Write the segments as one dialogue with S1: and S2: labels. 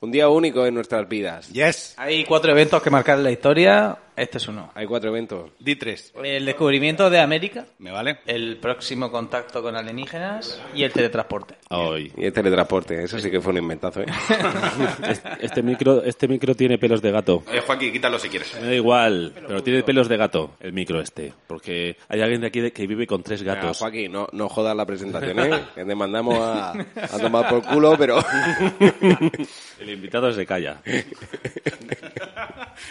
S1: Un día único en nuestras vidas.
S2: Yes.
S3: Hay cuatro eventos que marcar en la historia. Este es uno.
S1: Hay cuatro eventos.
S2: Di tres.
S3: El descubrimiento de América,
S2: ¿Me vale?
S3: el próximo contacto con alienígenas y el teletransporte.
S4: Ay.
S1: Y el teletransporte, eso sí que fue un inventazo, ¿eh?
S4: Este micro, este micro tiene pelos de gato.
S2: Eh, Joaquín, quítalo si quieres.
S4: Me da igual, pero tiene pelos de gato el micro este. Porque hay alguien de aquí de- que vive con tres
S1: Mira,
S4: gatos.
S1: Joaquín, no, no jodas la presentación, ¿eh? Que te mandamos a, a tomar por culo, pero...
S4: El invitado se calla.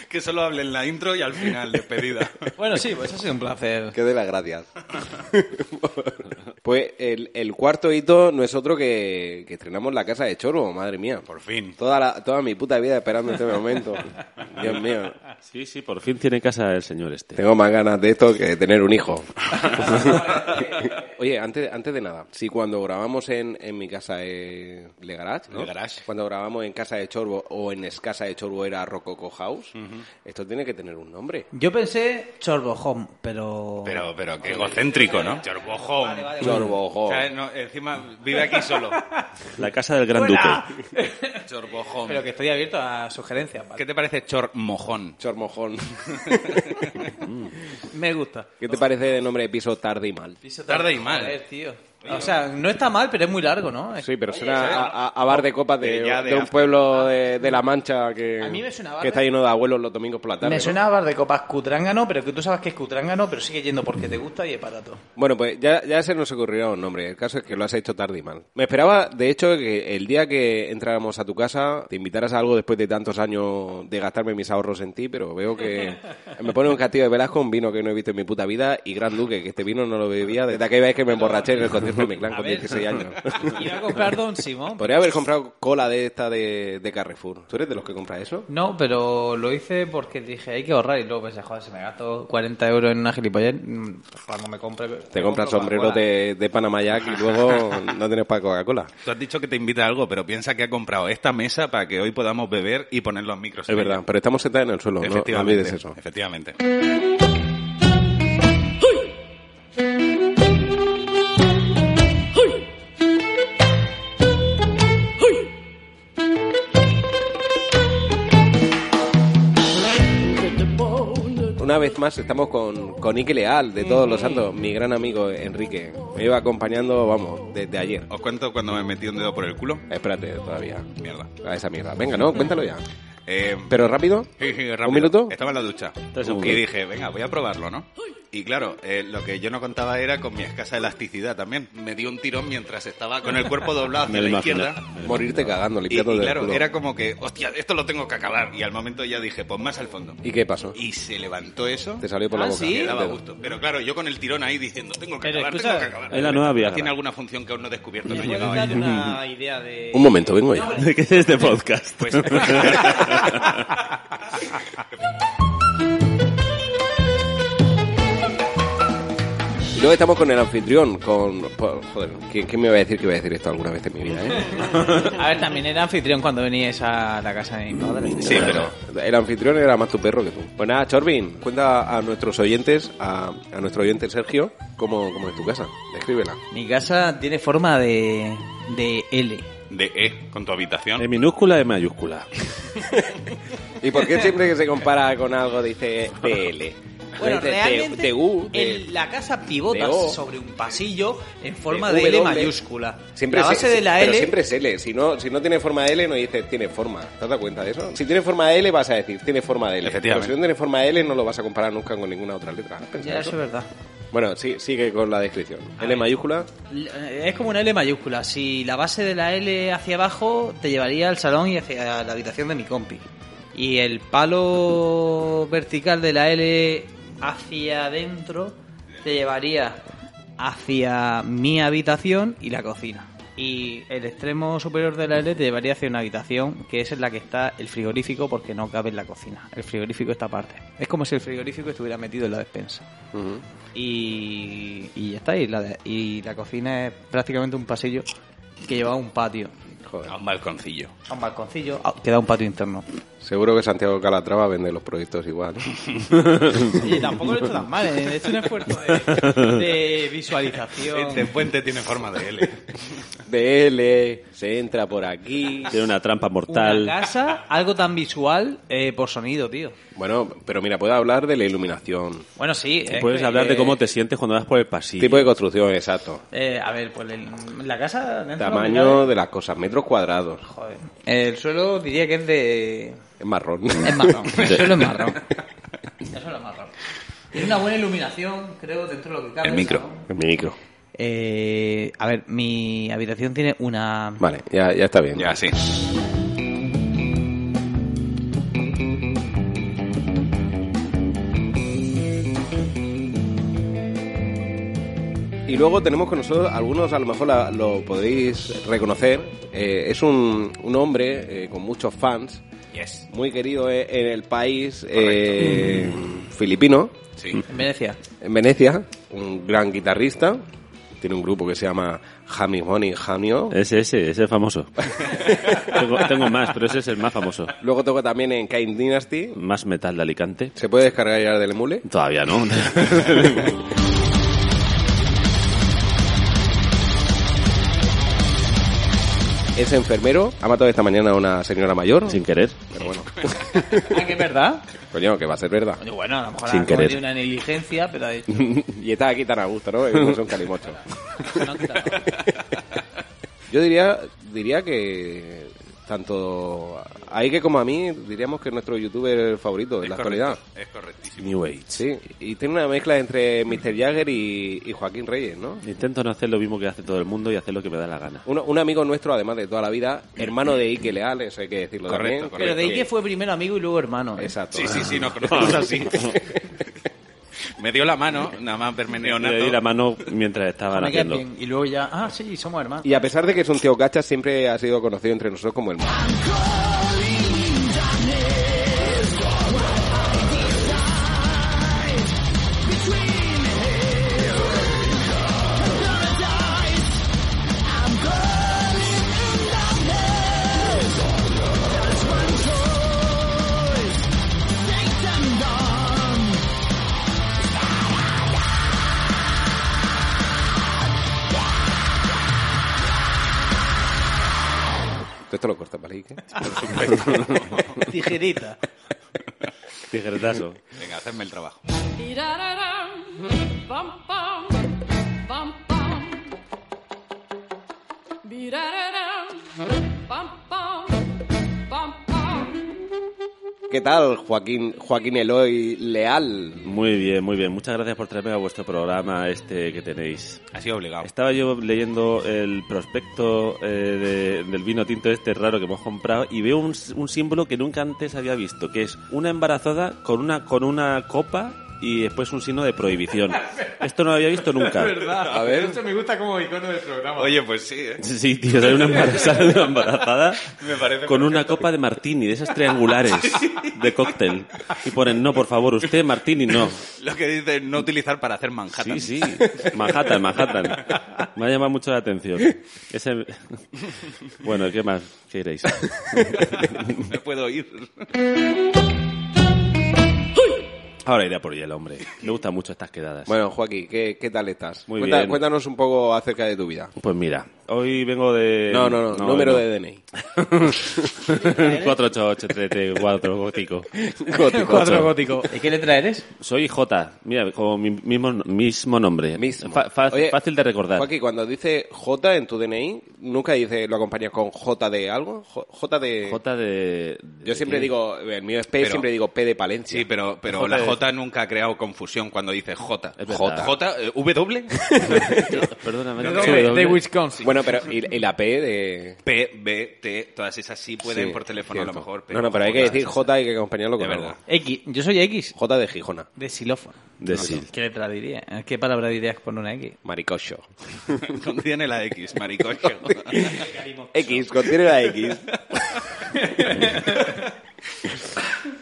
S2: Que solo hable en la intro y al final, despedida.
S3: Bueno, sí, pues ha sido un placer.
S1: Que dé las gracias. pues el, el cuarto hito no es otro que, que estrenamos la casa de Chorbo, madre mía.
S2: Por fin.
S1: Toda, la- toda mi puta vida esperando este momento. Dios mío.
S4: Sí, sí, por fin tiene casa el señor este.
S1: Tengo más ganas de esto que de tener un hijo. Oye, antes, antes de nada, si cuando grabamos en, en mi casa eh, Le Garage, ¿no?
S2: Le Garage.
S1: cuando grabamos en Casa de Chorbo o en Es Casa de Chorbo era Rococo House, esto tiene que tener un nombre.
S3: Yo pensé Chorbo Home, pero...
S2: Pero, pero, qué egocéntrico, ¿no? Chorbojón.
S1: Chorbo Home.
S2: encima vive aquí solo.
S4: La casa del gran
S3: ¡Fuera!
S4: duque.
S2: Chorbojón.
S3: Pero que estoy abierto a sugerencias. ¿vale?
S2: ¿Qué te parece chormojón?
S1: Chormojón.
S3: Me gusta.
S1: ¿Qué te parece de nombre de piso tarde y mal?
S2: Tarde y mal.
S3: Joder, tío. O sea, no está mal, pero es muy largo, ¿no?
S1: Sí, pero suena a, a- a
S3: Oh,
S1: bar de copas de,
S2: Eh, ya de
S1: de un
S2: after.
S1: pueblo de, de La Mancha que,
S3: A mí me suena a bar
S1: que
S3: de-
S1: está lleno de abuelos los domingos por la tarde.
S3: Me
S1: ¿no?
S3: suena a bar de copas cutrángano, pero que tú sabes que es cutrángano, pero sigue yendo porque te gusta y es barato.
S1: Bueno, pues ya, ya se nos ocurrirá un nombre. El caso es que lo has hecho tarde y mal. Me esperaba, de hecho, que el día que entráramos a tu casa te invitaras a algo después de tantos años de gastarme mis ahorros en ti, pero veo que me pone un castillo de Velasco, un vino que no he visto en mi puta vida y Gran Duque, que este vino no lo bebía desde aquella vez que me emborraché en el concierto de mi clan con 16 años.
S3: Iba a comprar Don Simón.
S1: Podría haber comprado cola de esta de, de Carrefour. ¿Tú eres de los que compra eso?
S3: No, pero lo hice porque dije, hay que ahorrar. Y luego pensé, joder, si me gasto 40 euros en una gilipollez, mm, cuando me compre...
S1: Te
S3: me
S1: compras
S3: compro
S1: sombreros
S3: Coca-Cola.
S1: de, de Panamá Jack y luego no tienes para Coca-Cola.
S2: Tú has dicho que te invita a algo, pero piensa que ha comprado esta mesa para que hoy podamos beber y poner los micros.
S1: Es
S2: en
S1: verdad,
S2: ella.
S1: pero estamos sentados en el suelo, no, no
S2: Efectivamente.
S1: olvides eso.
S2: Efectivamente.
S1: Una vez más estamos con, con Ike Leal, de todos los santos, mi gran amigo Enrique. Me iba acompañando, vamos, desde ayer.
S2: Os cuento cuando me metí un dedo por el culo.
S1: Espérate, todavía.
S2: Mierda.
S1: A esa mierda. Venga, no, cuéntalo ya.
S2: Eh,
S1: Pero rápido.
S2: Sí, sí, rápido.
S1: ¿Un minuto?
S2: Estaba en la ducha.
S4: segundos.
S2: Y dije, venga, voy a probarlo, ¿no? Y claro, eh, lo que yo no contaba era con mi escasa elasticidad también. Me dio un tirón mientras estaba con el cuerpo doblado
S4: Me
S2: hacia
S4: lo
S2: la
S4: imagino.
S2: izquierda.
S1: Morirte cagando,
S2: Y, y
S1: limpiando del
S2: claro,
S1: culo.
S2: era como que, hostia, esto lo tengo que acabar. Y al momento ya dije, pues más al fondo.
S1: ¿Y qué pasó?
S2: Y se levantó eso.
S1: Te salió por la
S3: Ah,
S1: boca.
S3: ¿sí?
S2: que daba
S1: Pero-
S2: gusto. Pero claro, yo con el tirón ahí diciendo, tengo que
S3: Pero
S2: acabar,
S3: escucha,
S2: tengo que acabar.
S4: es la nueva Viagra.
S2: ¿Tiene alguna función que aún no he descubierto? No he
S3: ¿Me puedes
S2: llegado a
S3: dar
S2: ella.
S3: una idea de...?
S1: Un momento, vengo yo.
S4: ¿De qué es este podcast?
S2: Pues,
S1: Y luego estamos con el anfitrión, con... po- Joder, ¿quién, quién me va a decir que voy a decir esto alguna vez en mi vida, eh?
S3: A ver, también era anfitrión cuando veníais a la casa de mi padre.
S2: sí, pero...
S1: El anfitrión era más tu perro que tú. Pues nada, Chorbin, cuenta a nuestros oyentes, a, a nuestro oyente Sergio, cómo, cómo es tu casa. Descríbela.
S3: Mi casa tiene forma de, de L.
S2: De E, con tu habitación.
S4: En minúscula y mayúscula.
S1: ¿Y por qué siempre que se compara con algo dice TL?
S3: Bueno,
S1: Dice
S3: realmente
S1: de- de U, de-
S3: el- la casa
S1: de
S3: pivota
S1: O,
S3: sobre un pasillo en forma
S1: de
S3: de, L
S1: W.
S3: mayúscula.
S1: Siempre
S3: la
S1: es-
S3: base de la
S1: pero
S3: L
S1: siempre es L. Si no, si no tiene forma de L, no dices tiene forma. ¿Te has dado cuenta de eso? Si tiene forma de L, vas a decir tiene forma de L.
S2: Efectivamente.
S1: Pero si no tiene forma de L, no lo vas a comparar nunca con ninguna otra letra. ¿Has pensado
S3: Ya,
S1: eso?
S3: eso es verdad.
S1: Bueno, sí, sigue con la descripción. L mayúscula.
S3: L- Es como una L mayúscula. Si la base de la L hacia abajo, te llevaría al salón y hacia la habitación de mi compi. Y el palo vertical de la L hacia adentro te llevaría hacia mi habitación y la cocina. Y el extremo superior de la L te llevaría hacia una habitación que es en la que está el frigorífico porque no cabe en la cocina. El frigorífico está aparte. Es como si el frigorífico estuviera metido en la despensa.
S1: Ujú.
S3: Y, y ya está. Y la, de- y la cocina es prácticamente un pasillo que lleva a un patio.
S1: Joder.
S2: A un balconcillo.
S3: A un balconcillo. ah, que da a un patio interno.
S1: Seguro que Santiago Calatrava vende los proyectos igual.
S3: Oye, tampoco lo he hecho tan mal. ¿eh? He hecho un esfuerzo de, de visualización.
S2: Este puente tiene forma de L.
S1: De L, se entra por aquí.
S4: Tiene una trampa
S3: Una
S4: mortal.
S3: casa, algo tan visual eh, por sonido, tío.
S1: Bueno, pero mira, puedo hablar de la iluminación.
S3: Bueno, sí.
S4: Y
S3: es
S4: puedes
S3: que,
S4: hablar de cómo
S3: eh,
S4: te sientes cuando vas por el pasillo.
S1: Tipo de construcción, exacto.
S3: eh, a ver, pues el- la casa... dentro
S1: Tamaño
S3: de...
S1: de las cosas, metros cuadrados.
S3: Joder. El suelo diría que es de...
S1: Es marrón.
S3: Es marrón. El suelo es marrón. El suelo es marrón. Tiene una buena iluminación, creo, dentro de lo que cabe.
S2: El micro.
S3: salón.
S1: Mi micro.
S3: Eh, a ver, mi habitación tiene una...
S1: Vale, ya, ya está bien.
S2: Ya, sí.
S1: Y luego tenemos con nosotros, algunos a lo mejor la- lo podéis reconocer, eh, es un, un hombre eh, con muchos fans,
S2: Yes.
S1: muy querido eh, en el país eh, filipino,
S2: Sí.
S3: En Venecia.
S1: en Venecia, un gran guitarrista, tiene un grupo que se llama Hami Honey Hamio.
S3: Eh.
S4: Ese, ese, ese es famoso. tengo, tengo más, pero ese es el más famoso.
S1: Luego toca también en Kain Dynasty.
S4: Más metal de Alicante.
S1: ¿Se puede descargar ya del emule?
S4: Todavía no.
S1: Es enfermero, ha matado esta mañana a una señora mayor.
S4: Sin querer.
S1: Pero bueno,
S3: Ah, que es verdad.
S1: coño, que va a ser verdad.
S3: Coño, Bueno, a lo mejor
S4: Sin
S3: ha cometido
S4: querer.
S3: una negligencia, pero ha dicho...
S1: y está aquí tan a gusto, ¿no? Es un calimocho.
S3: "No, quita".
S1: Yo diría, diría que tanto hay que como a mí diríamos que es nuestro youtuber favorito de
S2: Es
S1: la
S2: correcto,
S1: actualidad.
S2: Es correctísimo.
S4: New Age.
S1: Sí, y tiene una mezcla entre Mr. Jagger y, y Joaquín Reyes, ¿no?
S4: Intento no hacer lo mismo que hace todo el mundo y hacer lo que me da la gana.
S1: Uno- un amigo nuestro, además de toda la vida, hermano de Ike Leal, eso hay que decirlo
S2: Correcto,
S1: también.
S2: correcto.
S3: Pero de ahí que fue primero amigo y luego hermano. ¿eh?
S1: Exacto.
S2: Sí, sí, sí, nos conocemos así. Me dio la mano, nada más verme
S4: Le di la
S2: neonato.
S4: mano mientras estaban
S3: Me queda
S4: haciendo.
S3: bien. Y luego ya, ah, sí, somos hermanos.
S1: Y a pesar de que es un tío gacha, siempre ha sido conocido entre nosotros como el más. Tú esto lo cortas, ¿vale, Ike?
S3: Tijerita.
S4: Tijeretazo.
S2: Venga, hacerme el trabajo.
S5: Be-da-da-dum, bum-bum, bum-bum. Be-da-da-dum, bum-bum, bum-bum.
S1: ¿Qué tal, Joaquín, Joaquín Eloy Leal?
S4: Muy bien, muy bien. Muchas gracias por traerme a vuestro programa este que tenéis.
S2: Ha sido obligado.
S4: Estaba yo leyendo el prospecto eh, de- del vino tinto este raro que hemos comprado y veo un, s- un símbolo que nunca antes había visto, que es una embarazada con una con una copa y después un signo de prohibición. Esto no lo había visto nunca.
S1: A ver,
S3: este me gusta como icono del programa.
S2: Oye, pues sí, ¿eh?
S4: Sí, tío, sale una embarazada, una embarazada
S2: Me parece
S4: con una copa de martini, de esas triangulares de cóctel. Y ponen, no, por favor, usted martini no.
S2: Lo que dice no utilizar para hacer Manhattan.
S4: Sí, sí, Manhattan, Manhattan. Me ha llamado mucho la atención. Ese- Bueno, ¿qué más queréis?
S2: Me puedo ir.
S4: Ahora iré a por el hombre. Me gustan mucho estas quedadas.
S1: Bueno, Joaquín, ¿qué, qué tal estás?
S4: Muy
S1: Cuenta-
S4: bien.
S1: Cuéntanos un poco acerca de tu vida.
S4: Pues mira, hoy vengo de...
S1: No, no, no, número
S4: Eh, no.
S1: de DNI.
S4: 488334, gótico.
S3: Cuadro gótico. ¿Y qué letra eres?
S4: Soy J, mira, como mi mismo, mismo nombre.
S1: Mismo.
S4: Fa- fa-
S1: Oye,
S4: fácil de recordar.
S1: Joaquín, cuando dice J en tu DNI, ¿nunca dice lo acompañas con J de algo? J, J de...
S4: J de... de
S1: Yo siempre
S4: qué?
S1: digo, el mío es P,
S2: Pero-
S1: siempre digo P de Palencia.
S2: Sí, pero, pero
S4: Jota
S2: la
S4: es-
S2: J nunca ha creado confusión cuando dice J.
S4: Es verdad.
S2: J. J. eh, ¿W?
S4: Perdóname.
S3: De,
S4: W.
S3: Wisconsin.
S1: Bueno, Bueno, pero ¿y, y la P de...?
S2: P, B, T, todas esas sí pueden
S1: Sí,
S2: por teléfono a lo
S1: cierto.
S2: mejor.
S1: no, no, pero hay que
S2: todas
S1: decir
S2: esas-
S1: J, hay que acompañarlo con
S2: De
S1: algo.
S2: verdad.
S3: X, yo soy X.
S1: J de Gijona.
S3: De xilófono.
S4: De sí.
S3: ¿Qué letra diría? ¿Qué palabra dirías con una X?
S1: Maricocho.
S2: Contiene la X, maricocho.
S1: X, contiene la X.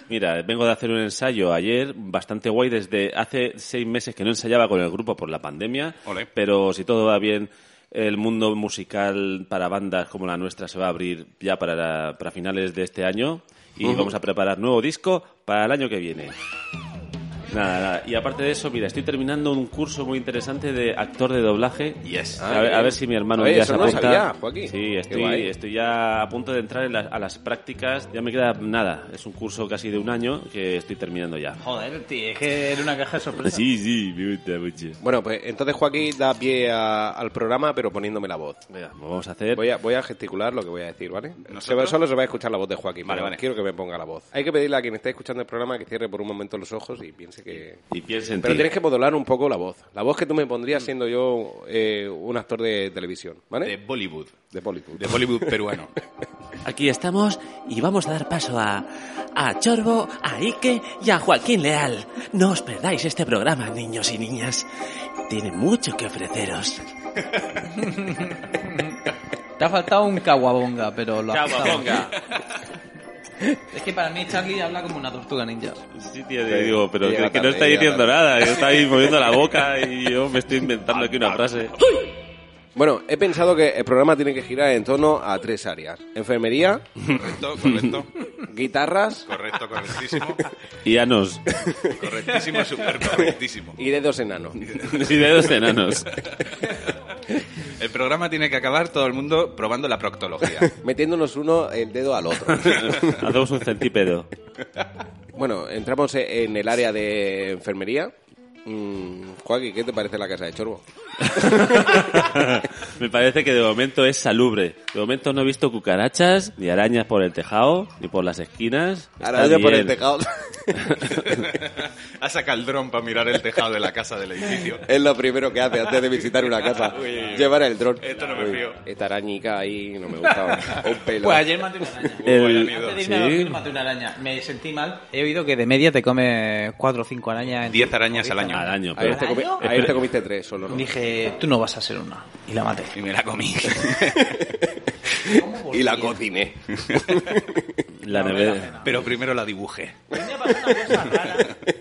S4: Mira, vengo de hacer un ensayo ayer bastante guay desde hace seis meses que no ensayaba con el grupo por la pandemia,
S2: Ole.
S4: pero si todo va bien, el mundo musical para bandas como la nuestra se va a abrir ya para, para finales de este año y vamos a preparar nuevo disco para el año que viene. Nada, nada. Y aparte de eso, mira, estoy terminando un curso muy interesante de actor de doblaje.
S2: Yes.
S4: A ver, a ver si mi hermano
S1: Oye,
S4: ya
S1: eso
S4: se
S1: no lo
S4: apunta.
S1: sabía, Joaquín.
S4: Sí,
S1: Qué
S4: estoy,
S1: guay.
S4: estoy ya a punto de entrar en la- a las prácticas. Ya me queda nada. Es un curso casi de un año que estoy terminando ya.
S3: Joder, tío, es que era una caja de sorpresa.
S4: Sí, sí, me gusta mucho.
S1: Bueno, pues entonces Joaquín da pie a- al programa, pero poniéndome la voz.
S4: Venga, pues vamos a hacer.
S1: Voy a, voy a gesticular lo que voy a decir, ¿vale?
S2: ¿Nosotros?
S1: Se va- solo se va a escuchar la voz de Joaquín,
S2: Vale,
S1: pero
S2: vale.
S1: quiero que me ponga la voz. Hay que pedirle a quien esté escuchando el programa que cierre por un momento los ojos y piense que...
S4: Y piensa en
S1: Pero
S4: ti.
S1: tienes que modular un poco la voz. La voz que tú me pondrías siendo yo eh, un actor de televisión, ¿vale?
S2: Mm. De Bollywood.
S1: De Bollywood.
S2: De Bollywood peruano.
S6: Aquí estamos y vamos a dar paso a, a Chorbo, a Ike y a Joaquín Leal. No os perdáis este programa, niños y niñas. Tiene mucho que ofreceros.
S3: Te ha faltado un caguabonga, pero lo has
S4: Caguabonga.
S3: Es que para mí Charlie habla como una tortuga ninja.
S4: Sí, tío, te digo, pero
S1: Llega
S4: que, que
S1: tarde,
S4: no está
S1: llega
S4: diciendo
S1: tarde.
S4: nada. que Está ahí moviendo la boca y yo me estoy inventando aquí una frase.
S1: Bueno, he pensado que el programa tiene que girar en torno a tres áreas. Enfermería,
S2: Correcto, correcto.
S1: guitarras
S2: Correcto, correctísimo.
S4: Y anos.
S2: Correctísimo, súper correctísimo.
S1: y dedos enanos.
S4: Y dedos enanos.
S2: El programa tiene que acabar todo el mundo probando la proctología.
S1: Metiéndonos uno el dedo al otro.
S4: Hacemos un centípedo.
S1: Bueno, entramos e-, en el área de enfermería. Mm, Joaquín, ¿qué te parece la casa de Chorbo?
S4: Me parece que de momento es salubre. De momento no he visto cucarachas, ni arañas por el tejado, ni por las esquinas. Está
S1: Ahora por el
S4: bien.
S1: tejado.
S2: Ha sacado el dron para mirar el tejado de la casa del edificio.
S1: es lo primero que hace antes de visitar una casa. Llevar el dron.
S2: Esto no me fío.
S1: Esta arañica ahí no me gustaba. Un pelo.
S3: Pues ayer maté una araña.
S4: El-
S2: Uy, vaya miedo.
S3: Antes de irme a
S4: Sí.
S3: dormir maté una araña. Me sentí mal. He oído que de media te comes 4 o 5 arañas. en-
S2: Diez arañas al año.
S4: Al año, pero
S1: Ayer te, comi-
S3: ¿Al año?
S1: ayer te comiste tres solo, ¿no?
S3: Dije, tú no vas a ser una. Y la maté.
S2: Y me la comí.
S1: Y la cociné.
S4: la nevera.
S2: Pero primero la dibujé.
S3: A mí me ha pasado una cosa rara,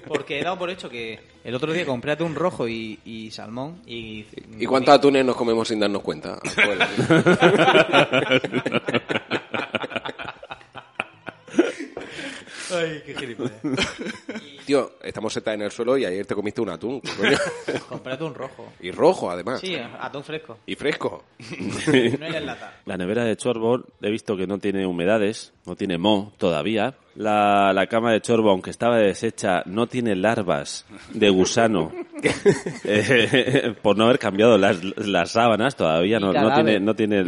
S3: porque he dado por hecho que el otro día compré atún rojo y, y salmón y...
S1: ¿Y cuántos atunes nos comemos sin darnos cuenta?
S3: Ay, qué gilipollas.
S1: Tío, estamos sentados en el suelo y ayer te comiste un atún. ¿qué coño?
S3: Compré atún rojo.
S1: y rojo, además.
S3: Sí, atún fresco.
S1: Y fresco.
S3: No era en lata.
S4: La nevera de Chorbo he visto que no tiene humedades, no tiene moho todavía. La, la cama de Chorbo, aunque estaba deshecha, no tiene larvas de gusano. Eh, por no haber cambiado las, las sábanas todavía, no, no tiene, no tiene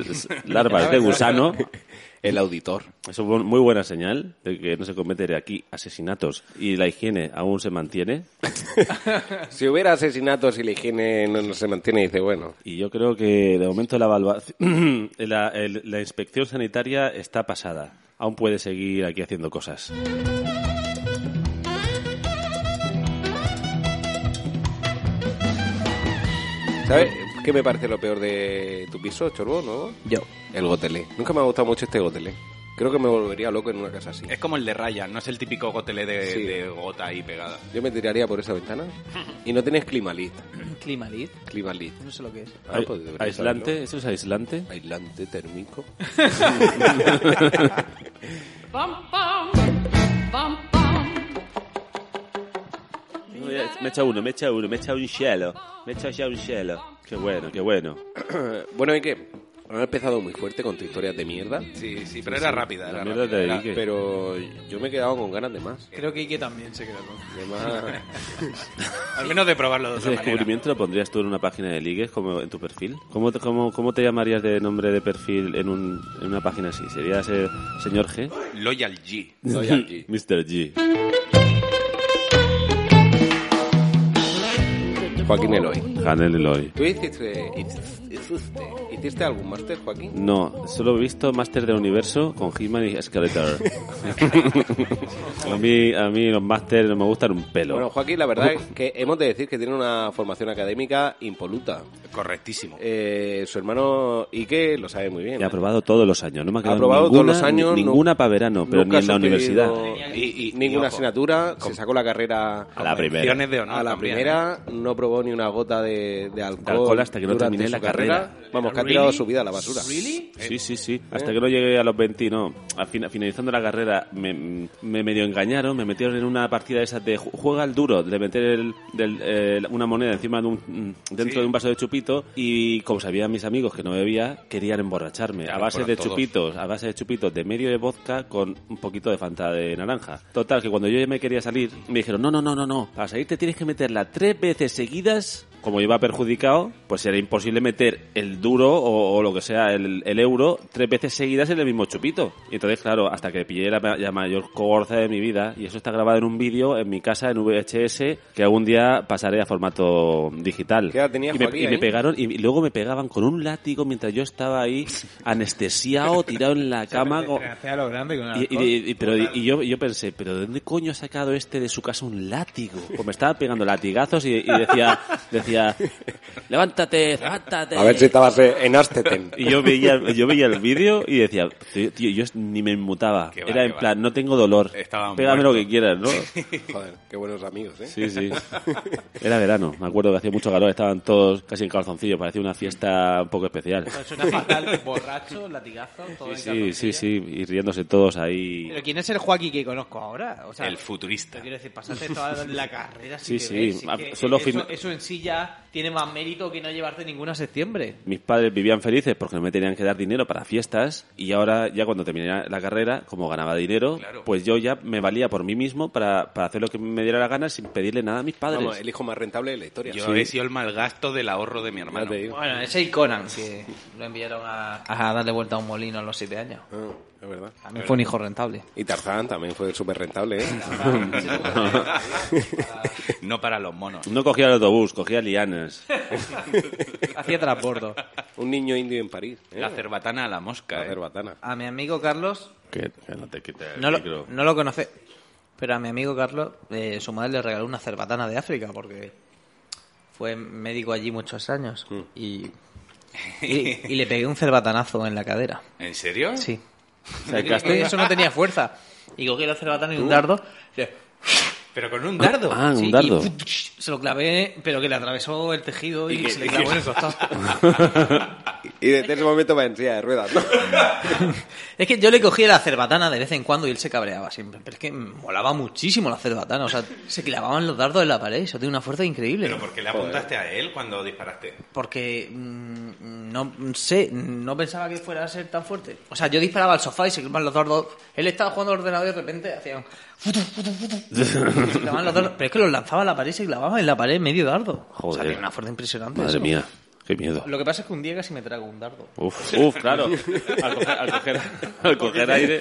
S4: larvas de gusano.
S1: El auditor.
S4: Es una muy buena señal de que no se cometen aquí asesinatos y la higiene aún se mantiene.
S1: Si hubiera asesinatos y la higiene no, no se mantiene, dice, bueno.
S4: Y yo creo que de momento la evaluación, la, el- la inspección sanitaria está pasada. Aún puede seguir aquí haciendo cosas.
S1: ¿Sabes qué me parece lo peor de tu piso, Chorbo, no?
S3: Yo.
S1: El gotelé. Nunca me ha gustado mucho este gotelé. Creo que me volvería loco en una casa así.
S2: Es como el de Ryan, no es el típico gotelé de,
S1: Sí.
S2: de gota ahí pegada.
S1: Yo me tiraría por esa ventana y no tienes climalit.
S3: Climalit.
S1: Climalit.
S3: No sé lo que es.
S1: Ah, pues deberías
S4: ¿Aislante?
S1: saberlo.
S4: ¿Eso es aislante?
S1: Aislante térmico.
S5: Bum bum, bum bum,
S4: No, ya- Me echa uno, me echa uno, me echa un cielo. Me echa ya un cielo. Qué bueno, qué bueno.
S1: Eh, bueno, ¿y qué? Han empezado muy fuerte con tu historia de mierda,
S2: Sí, sí, pero era rápida.
S4: La
S2: Era
S4: mierda
S2: rápida,
S4: te
S2: era-
S4: dedique.
S1: pero yo me he quedado con ganas de más.
S3: Creo que Ike también se quedó con...
S1: De más.
S2: Al menos de probarlo de
S4: ¿Ese
S2: otra manera.
S4: descubrimiento lo pondrías tú en una página de ligues, como en tu perfil? ¿Cómo te, cómo, cómo te llamarías de nombre de perfil en, un, en una página así? ¿Serías el señor G?
S2: Loyal G.
S1: Soy aquí.
S4: Mr. G.
S1: Joaquín Eloy.
S4: Hanel Eloy.
S1: Tú hiciste, hiciste- Hiciste- ¿Hiciste algún máster, Joaquín?
S4: No, solo he visto Máster del Universo con He-Man y Skeletor. a, mí, a mí los Masters no me gustan un pelo.
S1: Bueno, Joaquín, la verdad es que hemos de decir que tiene una formación académica impoluta.
S2: Correctísimo.
S1: Eh, su hermano Ike lo sabe muy bien. ¿eh?
S4: He aprobado todos los años. No me ha quedado
S1: aprobado
S4: ninguna,
S1: todos los años,
S4: ni-
S1: nu-
S4: ninguna para verano, pero ni
S1: Nunca
S4: en la
S1: ha eh. sufrido
S4: universidad.
S1: Y, y ninguna
S2: ojo,
S1: asignatura, se sacó la carrera
S4: A la primera.
S2: Acciones de honor.
S1: a la
S2: también, ¿eh?
S1: primera, no probó ni una gota de, de alcohol,
S4: De alcohol hasta que no
S1: durante
S4: terminé
S1: su
S4: la carrera.
S1: Vamos, que ha tirado su vida a la basura.
S4: Sí, sí, sí. Hasta que no llegué a los 20, no. A fin- finalizando la carrera me, me medio engañaron, me metieron en una partida de esas de ju- juega al duro, de meter el- del, eh, una moneda encima de un, mm, dentro
S2: Sí.
S4: de un vaso de chupito y como sabían mis amigos que no bebía, querían emborracharme a
S2: Claro,
S4: base
S2: fueron
S4: de
S2: todos.
S4: chupitos, a base de chupitos de medio de vodka con un poquito de fanta de naranja. Total, que cuando yo ya me quería salir, me dijeron, no, no, no, no, no, para salir te tienes que meterla tres veces seguidas. Como iba perjudicado, pues era imposible meter el duro o, o lo que sea, el, el euro, tres veces seguidas en el mismo chupito. Y entonces, claro, hasta que pillé la, ma- la mayor corza de mi vida, y eso está grabado en un vídeo en mi casa en VHS, que algún día pasaré a formato digital.
S1: ¿Qué edad tenía
S4: y me,
S1: Joaquín
S4: y me
S1: ahí?
S4: pegaron y y luego me pegaban con un látigo mientras yo estaba ahí anestesiado, tirado en la cama.
S7: Te
S4: con-
S7: entregaste a lo grande con el
S4: y, y-
S7: alcohol.
S4: y- pero, y yo, yo pensé, ¿pero de dónde coño ha sacado este de su casa un látigo? Pues me estaba pegando latigazos y, y decía, decía, levántate, levántate.
S1: A ver si estabas eh, en Asteten.
S4: Y yo veía, yo veía el vídeo y decía, tío, tío, yo ni me inmutaba.
S2: Qué va,
S4: Era
S2: qué
S4: en
S2: va.
S4: plan, no tengo dolor.
S2: Estaban
S4: Pégame lo
S2: muertos.
S4: que quieras, ¿no?
S1: Joder, qué buenos amigos, ¿eh?
S4: Sí, sí. Era verano, me acuerdo que hacía mucho calor, estaban todos casi en calzoncillos, parecía una fiesta un poco especial.
S3: Pues suena fatal, borracho, latigazo, todo en
S4: Sí, sí,
S3: calzoncillos.
S4: sí, y riéndose todos ahí.
S3: Pero ¿quién es el Joaquín que conozco ahora? O sea,
S2: El futurista.
S3: Te Quiero decir, pasaste toda la carrera.
S4: Sí,
S3: sin
S4: sí,
S3: beber, sin
S4: a-
S3: que-
S4: solo
S3: eso,
S4: fin-
S3: eso en sí ya tiene más mérito que no llevarte ninguna a septiembre.
S4: Mis padres vivían felices porque no me tenían que dar dinero para fiestas y ahora ya cuando terminé la carrera, como ganaba dinero,
S2: Claro.
S4: pues yo ya me valía por mí mismo para, para hacer lo que me diera la gana sin pedirle nada a mis padres.
S1: Vamos, el hijo más rentable de la historia.
S2: Yo he sido el malgasto del ahorro de mi hermano.
S1: Ya te digo.
S3: Bueno, ese y Conan, que lo enviaron a, a darle vuelta a un molino a los siete años.
S1: Ah, es verdad.
S3: También fue un hijo rentable.
S1: Y Tarzán también fue súper rentable, ¿eh?
S2: No para los monos.
S4: No cogía el autobús, cogía lianas.
S3: Hacía trasbordo.
S1: Un niño indio en París. ¿eh?
S2: La cerbatana a la mosca.
S1: La
S2: eh.
S1: cerbatana.
S3: A mi amigo Carlos,
S4: que, que no te quite el
S3: no lo,
S4: micro.
S3: no lo conoce, pero a mi amigo Carlos, eh, su madre le regaló una cerbatana de África porque fue médico allí muchos años
S4: Mm.
S3: y, y, y le pegué un cerbatanazo en la cadera.
S2: ¿En serio?
S3: Sí.
S4: ¿Cercaste?
S3: Eso no tenía fuerza. Y cogí la cerbatana y un dardo. le-
S2: Pero con un dardo.
S4: Ah, un
S3: sí,
S4: dardo.
S3: y se lo clavé, pero que le atravesó el tejido y,
S2: que-
S3: se le clavó en el costado.
S1: Y desde ese momento va en silla de ruedas, ¿no?
S3: Es que yo le cogía la cerbatana de vez en cuando y él se cabreaba siempre. Pero es que molaba muchísimo la cerbatana. O sea, se clavaban los dardos en la pared. Eso tiene una fuerza increíble.
S2: ¿Pero por qué le apuntaste a él cuando disparaste?
S3: Porque mm, no sé, no pensaba que fuera a ser tan fuerte. O sea, yo disparaba al sofá y se clavaban los dardos. Él estaba jugando al ordenador y de repente hacían. futu, futu, futu, y se clavaban los dardos. Pero es que los lanzaba a la pared y se clavaban en la pared medio dardo. O sea,
S4: Joder.
S3: tiene una fuerza impresionante.
S4: Madre
S3: eso.
S4: mía, qué miedo.
S3: Lo que pasa es que un día casi me trago un dardo.
S4: Uf, uf, claro. Al coger, al coger, al coger aire.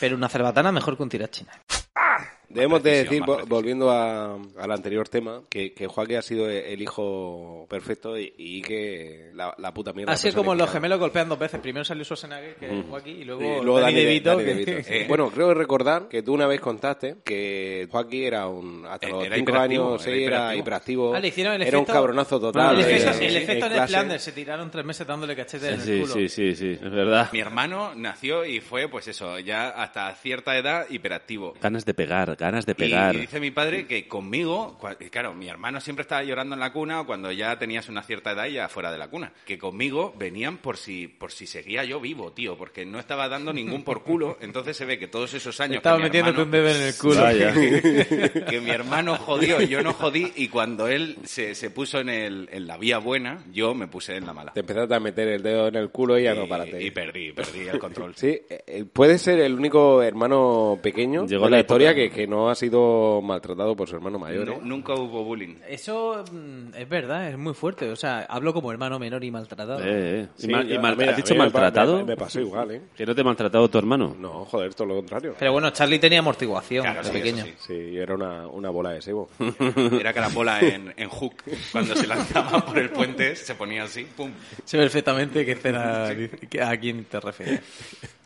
S3: Pero una cerbatana mejor que un tirachina.
S1: Debemos de
S2: precisión,
S1: decir,
S2: más
S1: vo-
S2: precisión.
S1: volviendo a- al anterior tema, que, que Joaquín ha sido e- el hijo perfecto y, y que la, la puta mierda.
S3: Así es como los
S1: personificada.
S3: gemelos golpean dos veces. Primero salió Schwarzenegger, que fue aquí, y luego,
S1: Y
S3: luego Danny,
S1: de-
S3: DeVito.
S1: Dani
S3: que-
S1: DeVito, sí.
S2: Eh.
S1: Bueno, creo recordar que tú una vez contaste que Joaquín era un. Hasta
S2: Eh,
S1: los
S2: era
S1: 5
S2: hiperactivo,
S1: años, sí,
S2: era
S1: era
S2: hiperactivo.
S1: hiperactivo.
S3: Ah, le hicieron el
S1: Era un
S3: efecto-
S1: cabronazo total.
S3: El
S1: eh,
S3: efecto, el
S1: en
S3: efecto en
S1: clase.
S3: Splander. Se tiraron tres meses dándole cachetes en el
S4: Sí,
S3: culo.
S4: sí, sí, sí, es verdad.
S2: Mi hermano nació y fue, pues eso, ya hasta cierta edad hiperactivo.
S4: Ganas de pegar, ganas de
S2: Y-
S4: pegar.
S2: Y, dice mi padre que conmigo, cua- y claro, mi hermano siempre estaba llorando en la cuna o cuando ya tenías una cierta edad y ya fuera de la cuna, que conmigo venían por si por si seguía yo vivo, tío, porque no estaba dando ningún por culo, entonces se ve que todos esos años
S7: Estaba
S2: que mi
S7: metiéndote un
S2: hermano,
S7: dedo en el culo.
S4: Vaya.
S2: que mi hermano jodió y yo no jodí y cuando él se, se puso en, el, en la vía buena, yo me puse en la mala.
S1: Te empezaste a meter el dedo en el culo y ya no paraste.
S2: y, y perdí, perdí el control.
S1: Sí, eh, eh, puede ser el único hermano pequeño
S4: Llegó
S1: de
S4: la
S1: la historia
S4: época-
S1: que, que que no ha sido maltratado por su hermano mayor.
S2: Nu-
S1: ¿eh?
S2: nunca hubo bullying.
S3: Eso mm, es verdad, es muy fuerte. O sea, hablo como hermano menor y maltratado.
S4: Eh, eh.
S1: Sí,
S4: Y mal-
S1: yo-
S4: y mal-
S1: a mí- Ah, a
S4: ¿Has dicho
S1: mí me pa-
S4: maltratado?
S1: Me, me pasó igual, ¿eh?
S4: ¿Que no te ha maltratado tu hermano?
S1: No, joder, todo lo contrario.
S3: Pero bueno, Charlie tenía amortiguación
S2: Claro,
S3: de
S2: sí,
S3: pequeño.
S2: eso
S1: Sí, yo era una, una bola de sebo.
S2: Era carapola en, en Hook. Cuando se lanzaba por el puente, se ponía así, ¡pum!
S3: Sé perfectamente qué escena, que- a quién te refieres.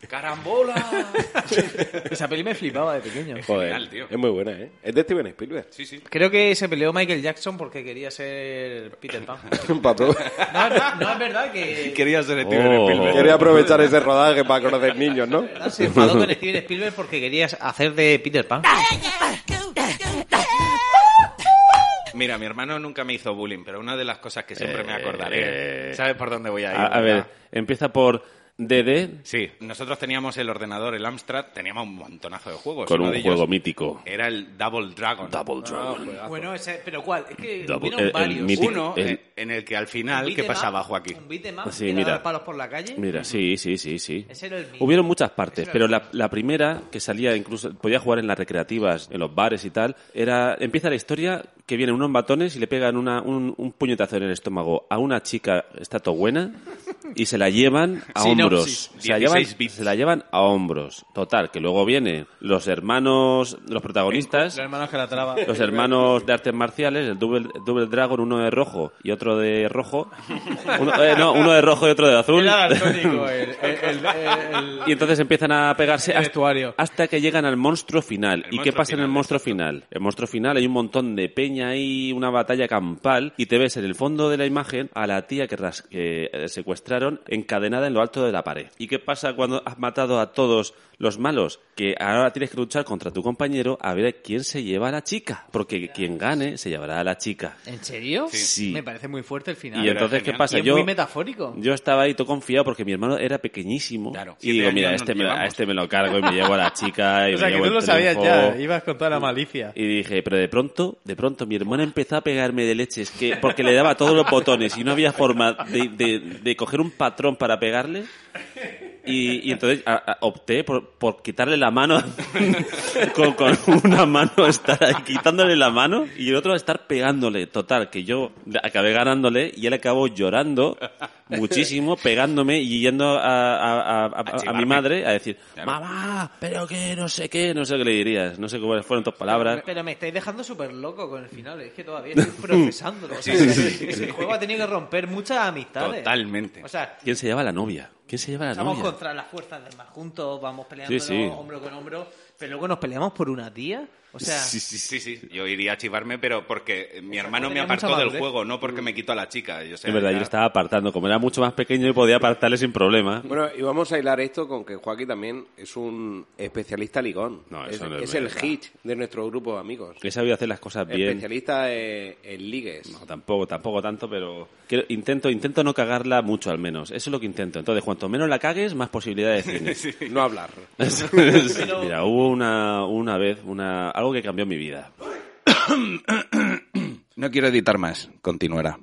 S2: ¡Carambola!
S3: Esa peli me flipaba de pequeño.
S1: Joder,
S2: genial, tío.
S1: es muy buena, ¿eh? Es de Steven Spielberg.
S2: Sí, sí.
S3: Creo que se peleó Michael Jackson porque quería ser Peter Pan.
S1: Pato.
S3: No, no, no, es verdad que...
S2: Quería ser Steven
S4: Oh.
S2: Spielberg.
S1: Quería aprovechar ese rodaje para conocer niños, ¿no?
S3: ¿verdad? Se enfadó con Steven Spielberg porque querías hacer de Peter Pan.
S2: Mira, mi hermano nunca me hizo bullying, pero una de las cosas que siempre me acordaré...
S4: eh,
S2: ¿Sabes por dónde voy a ir?
S4: A, a ver,
S2: verdad?
S4: empieza por DD
S2: Sí, nosotros teníamos el ordenador, el Amstrad, teníamos un montonazo de juegos.
S4: con
S2: Uno
S4: un
S2: de
S4: juego
S2: ellos
S4: mítico.
S2: Era el Double Dragon.
S4: Double Dragon.
S3: Bueno, ese, pero ¿cuál? Es que
S4: Double-
S3: hubieron
S4: el- el
S3: varios.
S4: mítico-
S2: Uno
S4: el-
S2: en- en el que al final,
S3: Un
S2: ¿qué
S3: beat 'em
S2: pasaba,
S3: up,
S2: Joaquín?
S3: Un beat 'em up que
S4: Sí,
S3: era
S4: mira.
S3: dar palos por la calle.
S4: Mira, sí, sí, sí, sí.
S3: Ese era el mío.
S4: Hubieron muchas partes,
S3: Ese era
S4: pero
S3: el
S4: la, la primera, que salía incluso, podía jugar en las recreativas, en los bares y tal, era, empieza la historia que vienen unos batones y le pegan una- un, un puñetazo en el estómago a una chica estatuena y se la llevan a
S3: Sinopsis,
S4: hombros. Se la, llevan,
S2: 16 bits.
S4: se la llevan a hombros. Total, que luego vienen los hermanos, los protagonistas,
S3: hermanos que la traba.
S4: los hermanos de artes marciales, el Double, double Dragon, uno de rojo y otro de rojo. Uno, eh, no, uno de rojo y otro de azul.
S3: Era daltónico, el, el- el- el-
S4: Y entonces empiezan a pegarse
S3: El
S4: hasta,
S3: vestuario.
S4: hasta que llegan al monstruo final.
S2: El
S4: ¿Y qué
S2: monstruo
S4: pasa en el
S2: final,
S4: monstruo final? El monstruo final hay un montón de peña ahí, una batalla campal, y te ves en el fondo de la imagen a la tía que, ras- que, eh, secuestraron encadenada en lo alto de la pared. ¿Y qué pasa cuando has matado a todos los malos? Que ahora tienes que luchar contra tu compañero a ver quién se lleva a la chica. Porque quien gane se llevará a la chica.
S3: ¿En serio?
S4: Sí.
S3: Me parece muy fuerte el final.
S4: Y entonces, ¿qué
S2: Ah, genial.
S4: pasa?
S3: Y es muy metafórico.
S4: Yo estaba ahí todo confiado porque mi hermano era pequeñísimo.
S2: Claro.
S4: Y
S2: Siete
S4: digo,
S2: años
S4: mira,
S2: nos
S4: este me, a
S2: llevamos.
S4: este me lo cargo y me llevo a la chica. Y me llevo el triunfo.
S3: ibas con toda la malicia.
S4: Y dije, pero de pronto, de pronto, mi hermana empezó a pegarme de leches que, porque le daba todos los botones y no había forma de, de- de coger un patrón para pegarle. Y, y entonces a- a- opté por, por quitarle la mano con, con una mano estar ahí quitándole la mano y el otro estar pegándole. Total, que yo acabé ganándole y él acabó llorando muchísimo, pegándome y yendo a, a- a- a- a mi
S2: chivarme.
S4: madre a decir, mamá, pero que no sé qué, no sé qué le dirías, no sé cómo fueron tus palabras.
S3: Pero me estáis dejando súper loco con el final. Es que todavía estoy procesándolo. O sea, ese juego ha tenido que romper muchas amistades.
S2: Totalmente.
S3: O sea,
S4: ¿Quién se lleva la novia? ¿Quién se lleva la
S3: estamos
S4: novia?
S3: contra las fuerzas del mar juntos, vamos peleando
S4: Sí, sí.
S3: hombro con hombro, pero luego nos peleamos por una tía. O sea,
S2: Sí, sí, sí. Yo iría a chivarme, pero porque mi hermano me
S3: Pues, tenía
S2: apartó
S3: mucha
S2: del
S3: madurez. Mm.
S2: juego, no porque me quitó a la chica. Yo sé,
S4: Es verdad, yo
S2: ya-
S4: le estaba apartando. Como era mucho más pequeño, yo podía apartarle sin problema.
S1: Bueno, y vamos a hilar esto con que Joaquín también es un especialista ligón.
S4: No,
S1: es,
S4: eso no es
S1: es el
S4: verdad.
S1: hit de nuestro grupo de amigos.
S4: He sabido hacer las cosas bien.
S1: Especialista eh, en ligues.
S4: No, tampoco, tampoco tanto, pero quiero- intento, intento no cagarla mucho al menos. Eso es lo que intento. Entonces, cuanto menos la cagues, más posibilidades tienes.
S1: No hablar.
S4: Mira, hubo una, una vez una, algo que cambió mi vida.
S2: No quiero editar más. Continuará.